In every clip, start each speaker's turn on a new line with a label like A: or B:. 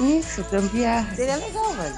A: Isso, gambiarra.
B: Seria legal, velho.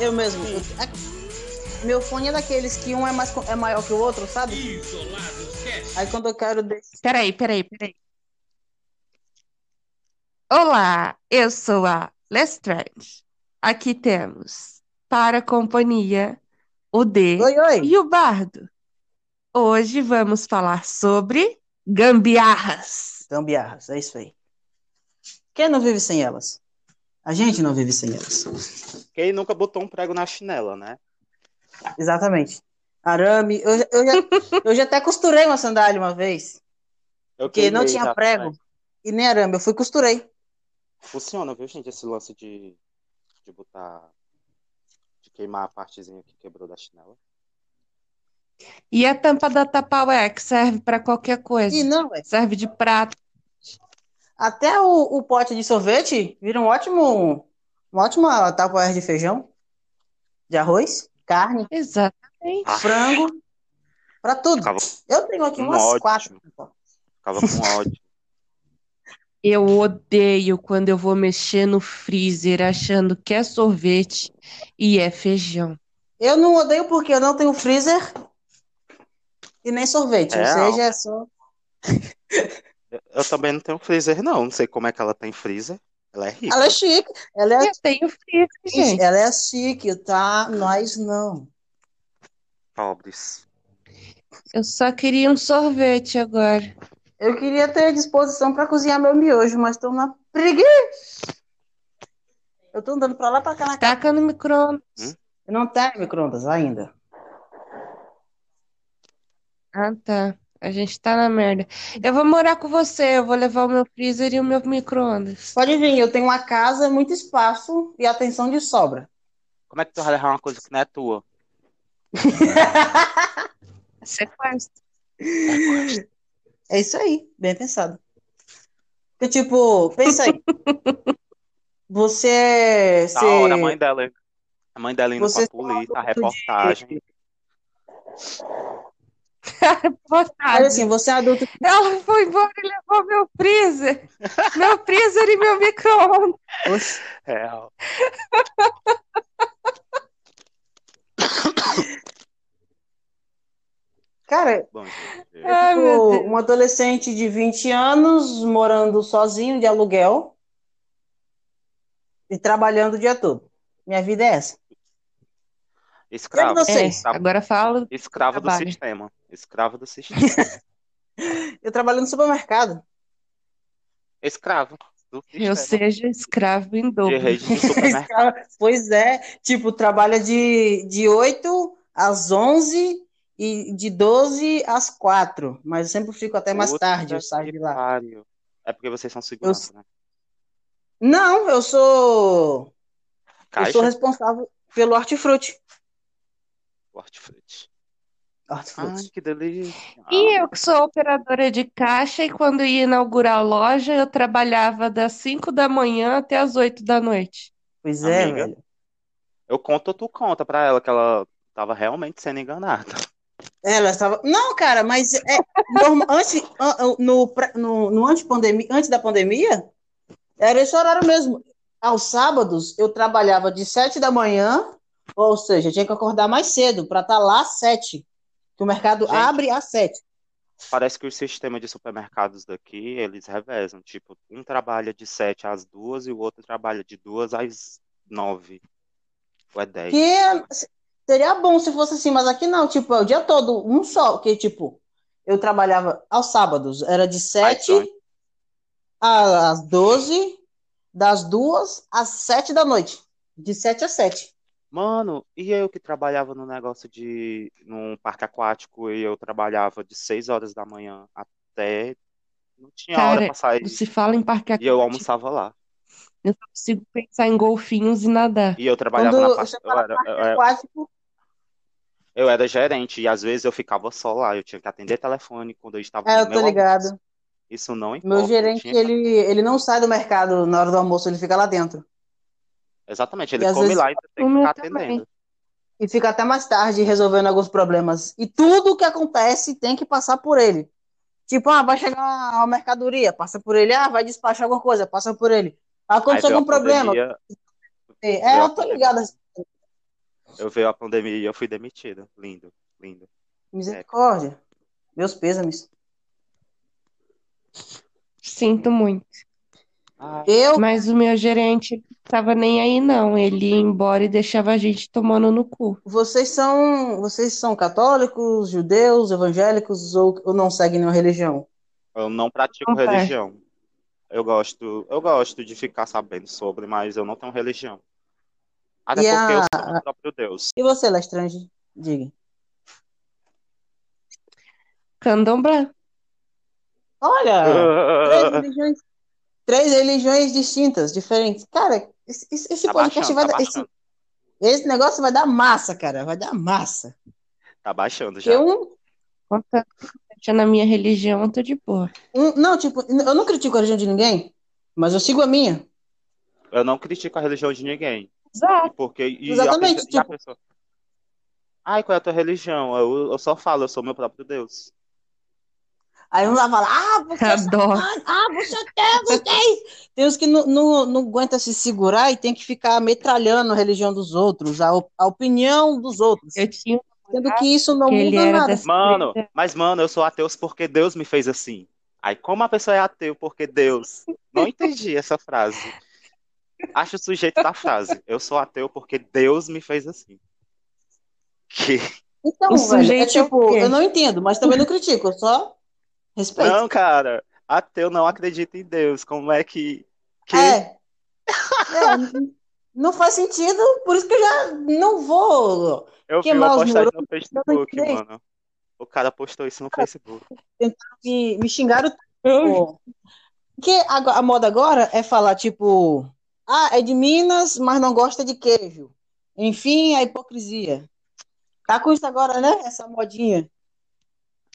B: Eu mesmo. eu- é meu fone é daqueles que um é, mais, co- é maior que o outro, sabe?
C: Isolado, cast.
B: Aí quando eu quero descer.
A: Peraí, peraí, peraí. Olá, eu sou a Lestrange. Aqui temos, para a companhia, o D
B: Oi, oi!
A: e o Bardo. Hoje vamos falar sobre gambiarras.
B: Gambiarras, é isso aí. Quem não vive sem elas? A gente não vive sem elas.
D: Quem nunca botou um prego na chinela, né?
B: Exatamente. Arame. Eu, já- eu, já, eu já até costurei uma sandália uma vez,
D: Eu
B: porque não
D: queimei,
B: tinha
D: rapaz.
B: prego e nem arame. Eu fui e costurei.
D: Funciona, viu, gente, esse lance de, de botar. de queimar a partezinha que quebrou da chinela.
A: E a tampa da Tupperware, que serve para qualquer coisa.
B: E não, velho.
A: Serve de prato.
B: Até o, o pote de sorvete vira um ótimo, uma ótima tapa de feijão, de arroz, carne,
A: Exatamente.
B: frango, pra tudo.
D: Ficava,
B: Eu tenho aqui
D: Ah. Um
B: umas
D: ótimo.
B: quatro.
D: ficava com ódio.
A: Eu odeio quando eu vou mexer no freezer achando que é sorvete e é feijão.
B: Eu não odeio porque eu não tenho freezer e nem sorvete. Ou
D: É,
B: seja, é só.
D: Eu também não tenho freezer, não. Não sei como é que ela tem freezer. Ela é rica.
B: Ela é chique, ela é
A: Eu tenho freezer, gente.
B: Ela é chique, tá? Nós não.
D: Pobres.
A: Eu só queria um sorvete agora.
B: Eu queria ter disposição pra cozinhar meu miojo, mas tô na preguiça. Eu tô andando pra lá pra cá na casa.
A: Taca no micro-ondas.
B: Não tem micro-ondas ainda.
A: Ah, tá. A gente tá na merda. Eu vou morar com você. Eu vou levar o meu freezer e o meu micro-ondas.
B: Pode vir, eu tenho uma casa, muito espaço e atenção de sobra.
D: Como é que tu vai levar uma coisa que não é tua?
A: Sequestro.
B: É isso aí, bem pensado. Porque, tipo, pensa aí. Você.
D: Da
B: se-
D: hora, a mãe dela. hein? A mãe dela indo
B: Você tá
D: pra polícia, a
B: adulto de-
D: reportagem.
B: Olha
A: Botado.
B: assim, você é adulto.
A: Ela foi embora e levou meu freezer. Meu freezer e meu micro-ondas.
B: Oxe,
D: É.
B: Cara,
D: Bom, gente.
A: Ai,
B: tipo,
A: meu Deus.
B: um adolescente de 20 anos morando sozinho de aluguel e trabalhando o dia todo. Minha vida é essa.
D: Escravo.
B: Eu não
A: É,
B: sei.
A: agora falo.
D: Escravo do
A: Trabalho.
D: sistema. Escravo do sistema.
B: Eu trabalho no supermercado.
D: Escravo do sistema.
A: Eu seja escravo em
D: De
A: dobro.
D: rede de supermercado.
B: Pois é, tipo, trabalha de, de 8 às 11 e de 12 às 4. Mas eu sempre fico até mais
D: Puta
B: tarde, eu saio
D: que
B: de lá.
D: pariu. É porque vocês são segurança, né?
B: Não, eu sou, eu
D: Caixa,
B: sou responsável pelo hortifruti.
D: hortifruti.
B: Hortifruti.
D: Ai, que delícia. Ah,
A: E eu que sou operadora de caixa e quando ia inaugurar a loja, eu trabalhava das 5 da manhã até as 8 da noite.
B: Pois é,
D: Amiga.
B: velho.
D: Eu conto ou tu conta pra ela que ela tava realmente sendo enganada.
B: Ela estava. Não, cara, mas é norma- antes, an- an- no, pré- no, no antes, pandemia, antes da pandemia, era esse horário mesmo. Aos sábados, eu trabalhava de sete da manhã, ou seja, eu tinha que acordar mais cedo para estar lá às sete. Que o mercado
D: Gente.
B: abre às sete.
D: Parece que o sistema de supermercados daqui, eles revezam. Tipo, um trabalha de 7 às 2 e o outro trabalha de 2 às 9. Ou é 10.
B: Que seria bom se fosse assim, mas aqui não, tipo, é o dia todo, um só, que tipo, eu trabalhava aos sábados, era de sete
D: Ai,
B: a- às 12, das duas às sete da noite. De sete às sete.
D: Mano, e eu que trabalhava num negócio de... Num parque aquático e eu trabalhava de 6 horas da manhã até... Não tinha
A: Cara,
D: hora pra sair.
A: Não se fala em parque
D: E eu
A: aquático,
D: almoçava lá.
A: eu só consigo pensar em golfinhos e nadar.
D: E eu trabalhava
B: Quando
D: na parte.
B: você
D: Eu
B: fala
D: era, eu, era-
B: Aquático,
D: eu era gerente e às vezes eu ficava só lá. Eu tinha que atender telefone quando eu estava
B: é,
D: no
B: eu
D: meu
B: tô
D: almoço.
B: ligado.
D: Isso não importa.
B: Meu
D: eu
B: gerente,
D: tinha-
B: ele, ele não sai do mercado na hora do almoço, ele fica lá dentro.
D: Exatamente,
B: E
D: ele
B: às
D: come
B: vezes-
D: lá e tem que
A: Como eu
D: ficar
A: também.
D: atendendo.
B: E fica até mais tarde resolvendo alguns problemas. E tudo que acontece tem que passar por ele. Tipo, ah, vai chegar uma mercadoria, passa por ele. Ah, vai despachar alguma coisa, passa por ele.
D: Aí
B: Aconteceu
D: veio a
B: algum problema?
D: pandemia,
B: É,
D: veio a
B: eu tô ligada.
D: eu veio a pandemia e eu fui demitido. Lindo, lindo.
B: Misericórdia. Meus pêsames.
A: Sinto muito.
B: Eu,
A: Mas o meu gerente não tava nem aí, não. Ele ia embora e deixava a gente tomando no cu.
B: vocês são, vocês são católicos, judeus, evangélicos ou, ou não seguem nenhuma religião?
D: Eu não pratico
A: Não faz.
D: religião. Eu gosto, eu gosto de ficar sabendo sobre, mas eu não tenho religião. Até
B: E
D: porque
B: a-
D: eu sou o próprio Deus.
B: E você, Lestrange? Diga.
A: Candomblé.
B: Olha, três religiões, três religiões distintas, diferentes. Cara, esse, esse- esse
D: Tá
B: podcast
D: baixando,
B: vai
D: tá
B: dar, esse,
D: baixando,
B: esse negócio vai dar massa, cara, vai dar massa.
D: tá baixando já.
B: Porque um,
A: Contanto que eu esteja na minha religião, eu tô de boa.
B: Um- não, tipo, eu não critico a religião de ninguém, mas eu sigo a minha.
D: Eu não critico a religião de ninguém.
A: Exato.
D: E Porque, e
B: Exatamente,
D: a, pessoa- e a
B: tipo-
D: pessoa. Ai, qual é a tua religião? Eu, eu só falo, eu sou meu próprio Deus.
B: Aí um lá fala, ah, você é
A: Adoro.
B: satânico, ah, você tem, você tem. Tem uns que não, não, não aguenta se segurar e tem que ficar metralhando a religião dos outros, a, op- a opinião dos outros.
A: Eu tinha um
B: Sendo que isso não
A: que ele é
B: muda
A: era
B: nada.
A: dessa
D: Mano,
B: é.
A: igreja.
D: mas mano, eu sou ateu porque Deus me fez assim. Aí, como a pessoa é ateu porque Deus? Não entendi essa frase. Acho o sujeito da frase. Eu sou ateu porque Deus me fez assim. Que...
B: Então,
A: O
B: velho, é
A: sujeito é o
B: tipo,
A: quê?
B: eu não entendo, mas também não critico, eu só respeito.
D: Não, cara. Ateu não acredita em Deus. Como é que. que...
B: É. É, n- não faz sentido, por isso que eu já não vou.
D: eu vi
B: queimar
D: uma
B: os
D: postagem no
B: não
D: Facebook,
B: entendi.
D: mano. O cara postou isso no Facebook.
B: Me, me xingaram
A: Eu
B: Pô. Porque a, a moda agora é falar, tipo, ah, é de Minas, mas não gosta de queijo. Enfim, a hipocrisia. Tá com isso agora, né? Essa modinha.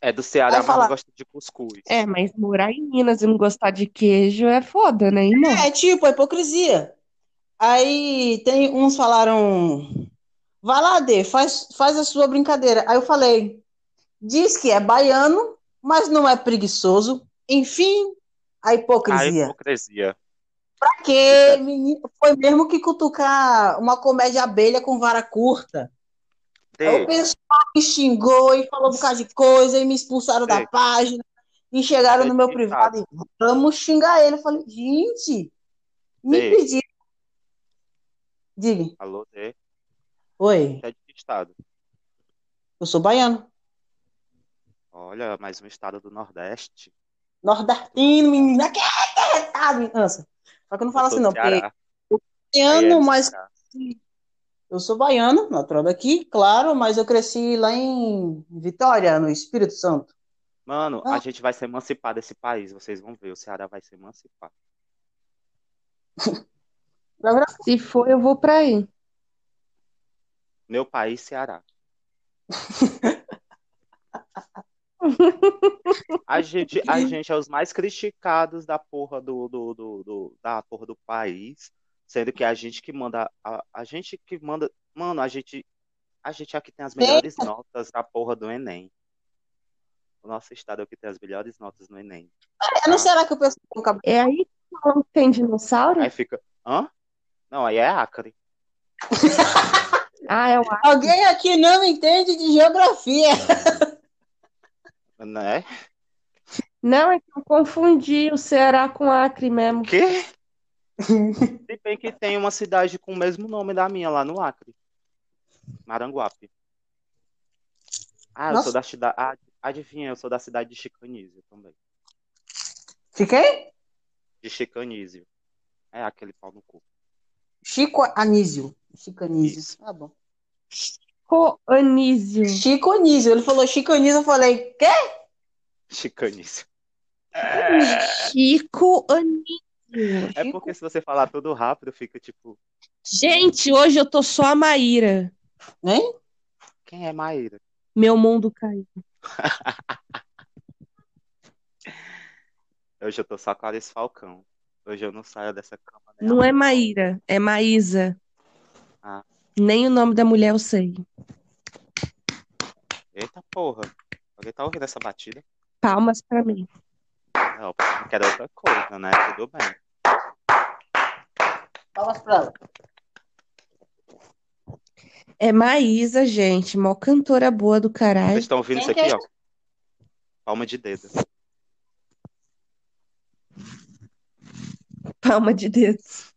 D: É do Ceará,
B: Vai
D: mas
B: falar.
D: não gosta de cuscuz.
A: É, mas morar em Minas e não gostar de queijo é foda, né, irmão?
B: É, tipo, a hipocrisia. Aí tem uns falaram, vai lá, Dê, faz, faz a sua brincadeira. Aí eu falei, diz que é baiano, mas não é preguiçoso. Enfim, a
D: A
B: hipocrisia.
D: hipocrisia.
B: Que menino, foi mesmo que cutucar uma comédia abelha com vara curta. Aí O
D: Dê,
B: pessoal me xingou e falou um bocado de coisa e me expulsaram da
D: Sei.
B: página e chegaram no meu
D: Sei,
B: privado e vamos xingar ele. Eu falei, gente, me
D: Sei.
B: pediram. Diga,
D: alô, Dê.
B: oi,
D: Até de que estado?
B: eu sou baiano,
D: Olha, mais um estado do Nordeste.
B: nordestino, menina, que é retado, vingança. Só que eu não falo
D: Eu
B: assim,
D: sou do
B: não, porque
D: Ceará.
B: eu
D: Aí é
B: baiano,
D: do
B: mas
D: Ceará.
B: Eu sou baiano, natural daqui, claro, mas eu cresci lá em Vitória, no Espírito Santo.
D: Mano,
B: Ah.
D: a gente vai se emancipar desse país. Vocês vão ver, o Ceará vai se emancipar.
B: Na verdade,
A: Se for, eu vou pra aí.
D: Meu país, Ceará. A gente, a gente é os mais criticados da porra do, do, do, do- da porra do país, sendo que a gente que manda, a, a gente que manda, mano, a gente, a gente é que tem as melhores notas da porra do Enem. O nosso estado é o que tem as melhores notas no Enem.
B: eu não será que o pessoal tem um cabelo
A: É aí que falam que tem dinossauro?
D: Aí fica, hã? Não, aí é Acre.
A: Ah, é o
B: Alguém aqui não entende de geografia.
D: Né?
A: Não, é que eu confundi o Ceará com Acre mesmo.
D: O quê? Se bem que tem uma cidade com o mesmo nome da minha lá no Acre. Maranguape. Ah, eu
B: Nossa.
D: sou da cidade. Ah, adivinha, eu sou da cidade de Chicanísio também.
B: Fiquei?
D: De Chicanísio. É aquele pau no cu.
B: Chico Anísio. Chico Anísio.
D: Isso.
B: Tá bom.
A: Chico Anísio.
B: Chico Anísio. Ele falou Chico Anísio, eu falei, quê?
D: Chicanísio.
A: Chico Anísio.
D: É
B: Chico?
D: porque se você falar tudo rápido, fica tipo,
A: Gente, hoje eu tô só a Maíra.
D: quem é Maíra?
A: Meu mundo caiu.
D: Hoje eu tô só com a Alice Falcão. Hoje eu não saio dessa cama. né?
A: Não é Maíra, é Maísa.
D: Ah.
A: Nem o nome da mulher eu sei.
D: Eita porra. Alguém tá ouvindo essa batida?
A: Palmas pra mim.
D: Não, eu quero outra coisa, né? Tudo bem.
B: Palmas pra ela.
A: É Maísa, gente. Mó cantora boa do caralho.
D: Vocês estão ouvindo isso
B: Quem que
D: aqui,
B: é?
D: ó. Palma de dedo.
A: Palma de dedos.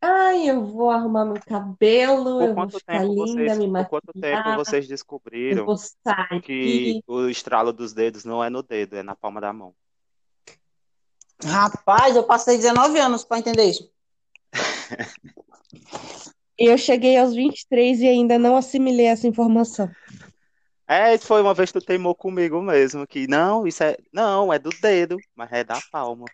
A: Ai, eu vou arrumar meu cabelo,
D: Por
A: eu vou
D: quanto
A: ficar
D: tempo
A: linda,
D: vocês,
A: me
D: por quanto tempo
A: maquiar,
D: vocês
A: eu
D: descobriram
A: vou sair.
D: que o estralo dos dedos não é no dedo, é na palma da mão?
B: Rapaz, eu passei 19 anos pra entender isso.
A: Eu cheguei aos 23 e ainda não assimilei essa informação.
D: É, isso foi uma vez que tu teimou comigo mesmo, que não, isso é, não, é do dedo, mas é da palma.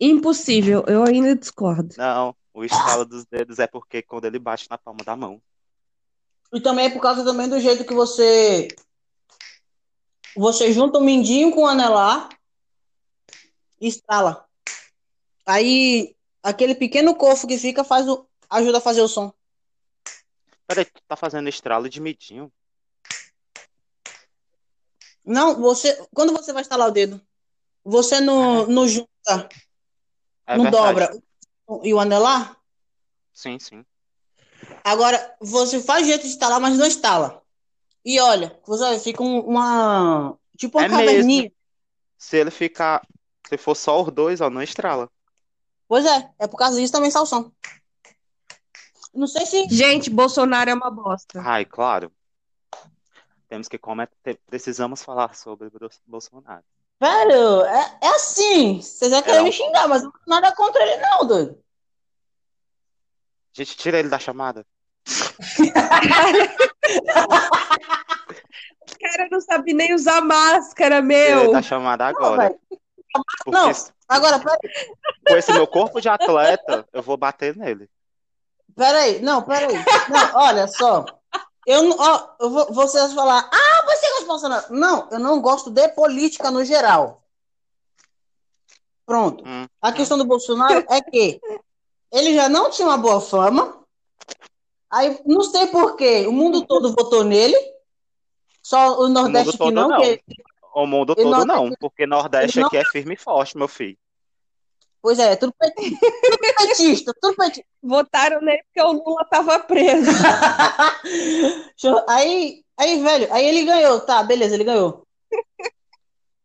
A: Impossível, eu ainda discordo.
D: Não, o estralo dos dedos é porque quando ele bate na palma da mão.
B: E também é por causa também do jeito que você. Você junta o mindinho com o anelar e estrala. Aí, aquele pequeno cofo que fica faz o... ajuda a fazer o som.
D: Peraí, tu tá fazendo estralo de midinho?
B: Não, você. Quando você vai estalar o dedo, você não, não junta,
D: É
B: não
D: verdade.
B: dobra o- e o anelar.
D: Sim, sim.
B: Agora, você faz jeito de estalar, mas não estala. E olha, você olha, fica um- uma. Tipo uma
D: É mesmo.
B: caverninha.
D: Se ele ficar, se for só os dois, ó, não estrala.
B: Pois é, é por causa disso também salsão. Não sei se.
A: Gente, Bolsonaro é uma bosta.
D: Ai, claro. Temos que comentar, precisamos falar sobre o Bolsonaro.
B: Velho, é, é assim. Vocês já querem
D: É.
B: me xingar, mas não nada contra ele, não, doido.
D: Gente, tira ele da chamada.
A: O cara não sabe nem usar máscara,
D: Tira ele
A: meu.
D: da chamada agora.
B: velho.
D: Porque
B: Não.
D: se-
B: Agora, pera-
D: com esse meu corpo de atleta, eu vou bater nele.
B: peraí. Não, peraí. Não, olha só. Eu, não- ó, eu vou, vocês vão falar, ah, você gosta de Bolsonaro. Não, eu não gosto de política no geral. Pronto.
D: Hum.
B: A questão do Bolsonaro é que ele já não tinha uma boa fama. Aí não sei por quê, o mundo todo votou nele. Só o Nordeste
D: todo
B: que não,
D: não.
B: que-
D: O mundo
B: E
D: todo
B: Nordeste-
D: não, porque Nordeste
B: Não.
D: aqui é firme e forte, meu filho.
B: Pois é, tudo petista, tudo petista, tudo petista.
A: Votaram nele porque o Lula tava preso.
B: Show. Aí, aí, velho, aí ele ganhou, tá, beleza, ele ganhou.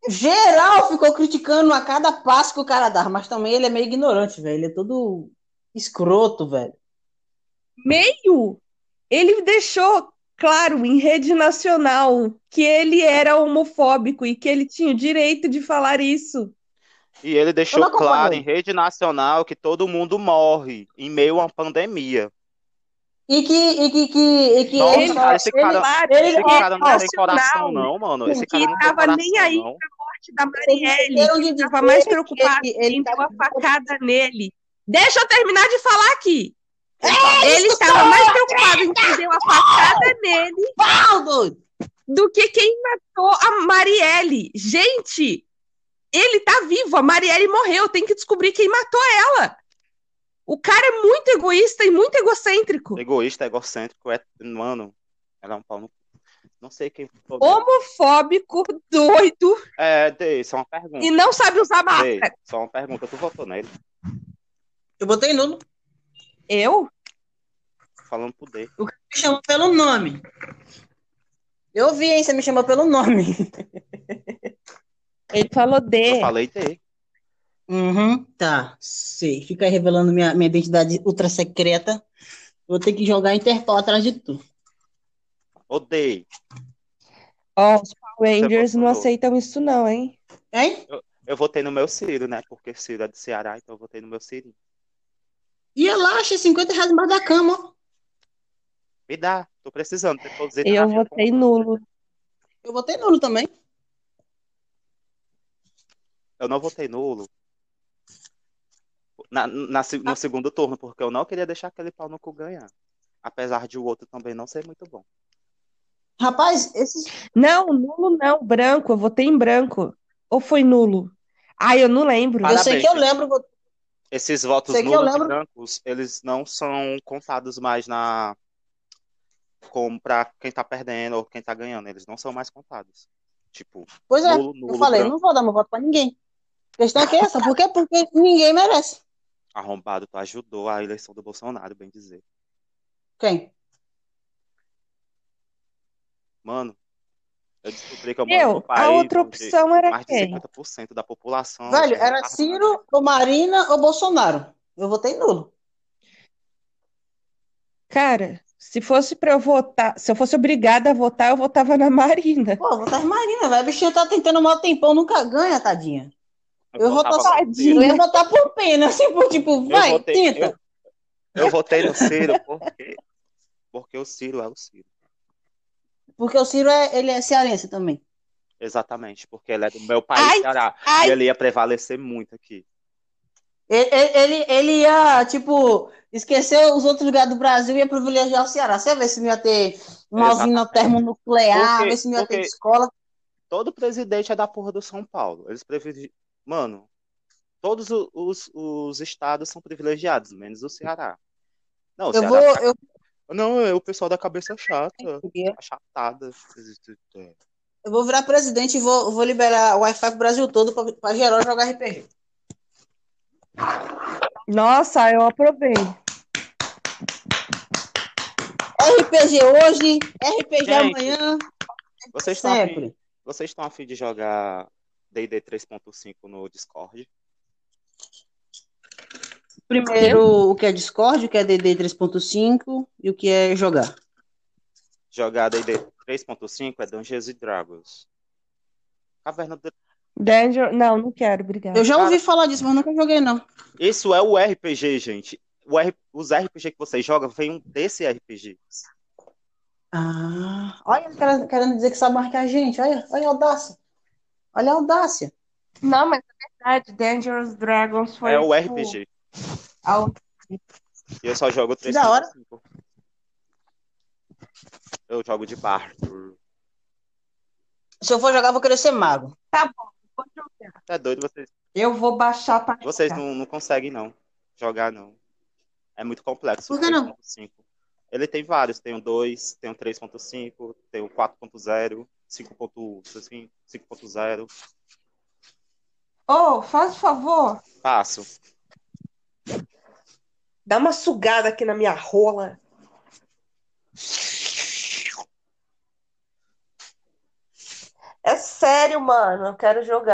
B: Geral ficou criticando a cada passo que o cara dava, mas também ele é meio ignorante, velho, ele é todo escroto, velho.
A: Meio. Ele deixou claro em rede nacional que ele era homofóbico e que ele tinha o direito de falar isso.
D: E ele deixou
B: Eu não
D: claro
B: acompanhei.
D: em rede nacional que todo mundo morre em meio a uma pandemia.
B: E que, e que, que, e que
D: Nossa,
B: ele,
D: cara, esse
B: ele-
D: cara-
A: Claro, é
B: ele- é
D: Esse
B: ó,
D: cara não tá
B: ó,
D: tem coração, não, mano. Esse
A: Porque
D: cara não tem
A: tava
D: coração,
A: nem aí
D: não.
A: morte da
B: vocês
A: Marielle.
B: esqueceram
A: Tava
B: de dizer
A: mais
B: que
A: preocupado
B: ele,
A: Ele
B: ele
A: deu
B: tava-
A: uma facada nele. Deixa eu terminar de falar aqui.
D: Ele tá-
A: Ele estava mais preocupado em fazer uma facada nele
B: Pau, doido!
A: do que quem matou a Marielle. Gente, ele tá vivo, a Marielle morreu, tem que descobrir quem matou ela. O cara é muito egoísta e muito egocêntrico.
D: Egoísta, egocêntrico, é... mano. Ela é um pau no... Não sei quem foi.
A: Homofóbico, doido
D: É, Dei, só uma
A: e
D: pergunta.
A: não sabe usar
D: Dei,
A: máscara.
D: só uma pergunta. Tu votou nele?
B: Eu botei nulo,
A: Eu?
D: Falando pro D.
B: me chamou pelo nome. Eu vi, hein, você me chamou pelo nome.
A: Ele falou
D: Eu
A: D.
D: falei D.
B: Uhum, tá, sei. Fica aí revelando minha, minha identidade ultra secreta. Vou ter que jogar Interpol atrás de tu.
D: Ô, D.
A: Ó, os Power
D: Você
A: Rangers não
D: votou.
A: aceitam isso não, hein?
B: Hein?
D: Eu votei no meu Ciro, né? Porque Ciro é do Ceará, então eu votei no meu Ciro.
B: Ia lá, achei 50 reais embaixo da cama. ó.
D: Me dá, tô precisando. deposita na
A: Eu
D: minha
A: votei
D: conta.
A: nulo.
B: Eu botei nulo também.
D: Eu não votei nulo. Na, na se-
A: Ah.
D: no segundo turno, porque eu não queria deixar aquele pau no cu ganhar. Apesar de o outro também não ser muito bom.
B: Rapaz, esses.
A: Não, nulo não, branco, eu votei em branco. Ou foi nulo? Ah, eu não lembro.
B: Eu sei
D: Parabéns,
B: que eu
D: hein?
B: lembro. vou-
D: Esses votos
B: Sei que eu
D: nulos e
B: lembro.
D: brancos, eles não são contados mais na. Como pra quem tá perdendo ou quem tá ganhando. Eles não são mais contados. Tipo,
B: Pois é,
D: nulo, nulo,
B: eu falei,
D: branco,
B: não vou dar meu voto pra ninguém. A questão é que é essa. Por quê? Porque ninguém merece.
D: arrombado, tu ajudou a eleição do Bolsonaro, bem dizer.
B: Quem?
D: Mano, eu descobri que eu moro num
A: Eu,
D: país
A: a outra
D: onde
A: opção era
D: mais de
A: quem?
D: 50% da população
B: é Velho,
D: é
B: era
D: retardada.
B: Ciro, ou Marina, ou Bolsonaro. Eu votei nulo.
A: Cara, se fosse pra eu votar, se eu fosse obrigada a votar, eu votava na Marina.
B: Pô, eu votar em Marina, velho. A bichinha tá tentando mal tempão, nunca ganha, tadinha. Eu vou
D: votava
B: tapar-
D: no Ciro.
B: Eu ia votar por pena, assim, por tipo, vai,
D: votei-
B: tenta.
D: Eu, eu votei no Ciro porque, porque o Ciro é o Ciro.
B: Porque o Ciro é, ele é cearense também.
D: Exatamente, porque ele é do meu país,
A: Ai,
D: Ceará. E
A: Ai,
D: ele ia prevalecer muito aqui.
B: Ele, ele, ele ia, tipo, esquecer os outros lugares do Brasil e ia privilegiar o Ceará. Você ia ver se não ia ter um uma usina
D: Exatamente.
B: termonuclear,
D: Porque-
B: ver se não ia ter
D: porque-
B: escola.
D: Todo presidente é da porra do São Paulo. Eles privilegi... Mano, todos o- os, os estados são privilegiados, menos o Ceará. Não, o
B: Eu
D: Ceará
B: vou.
D: tá-
B: Eu...
D: Não, é o pessoal da cabeça chata, achatada.
B: Eu vou virar presidente e vou, vou liberar o Wi-Fi pro Brasil todo pra, pra geral jogar RPG.
A: nossa, eu aprovei.
B: RPG hoje, RPG
D: Gente,
B: amanhã,
D: Vocês estão afim,
B: sempre.
D: vocês estão afim de jogar D&D 3.5 no Discord?
B: Primeiro, o que é Discord, o que é DD 3.5 e o que é jogar.
D: Jogar D&D 3.5 é Dungeons and Dragons. Caverna do...
A: Danger, não, não quero, obrigada.
B: É, Eu já
D: Cara-
B: ouvi falar disso, mas nunca joguei, não.
D: Isso é o RPG, gente. O R- Os RPG que vocês jogam vem um desse RPG.
B: Ah, olha, o cara querendo dizer que sabe mais que a gente. Olha, olha a audácia. Olha a audácia.
A: Não, mas é verdade, Dangerous Dragons foi
D: É o
A: tipo,
D: RPG.
A: ao-
D: E eu só jogo
B: Que da hora.
D: 3.5. Eu jogo de bardo.
B: Se eu for jogar, eu vou querer ser mago.
D: É doido, vocês,
A: Eu vou baixar para
D: vocês não, não conseguem, não. Jogar, não. É muito complexo. o
B: Por que não?
D: 3.5. Ele tem vários. Tem o 2, tem o 3.5, tem o 4.0, 5.1, assim, 5.0.
A: Ô, faz o favor,
D: Passo.
A: dá uma sugada aqui na minha rola. É sério, mano, eu quero jogar.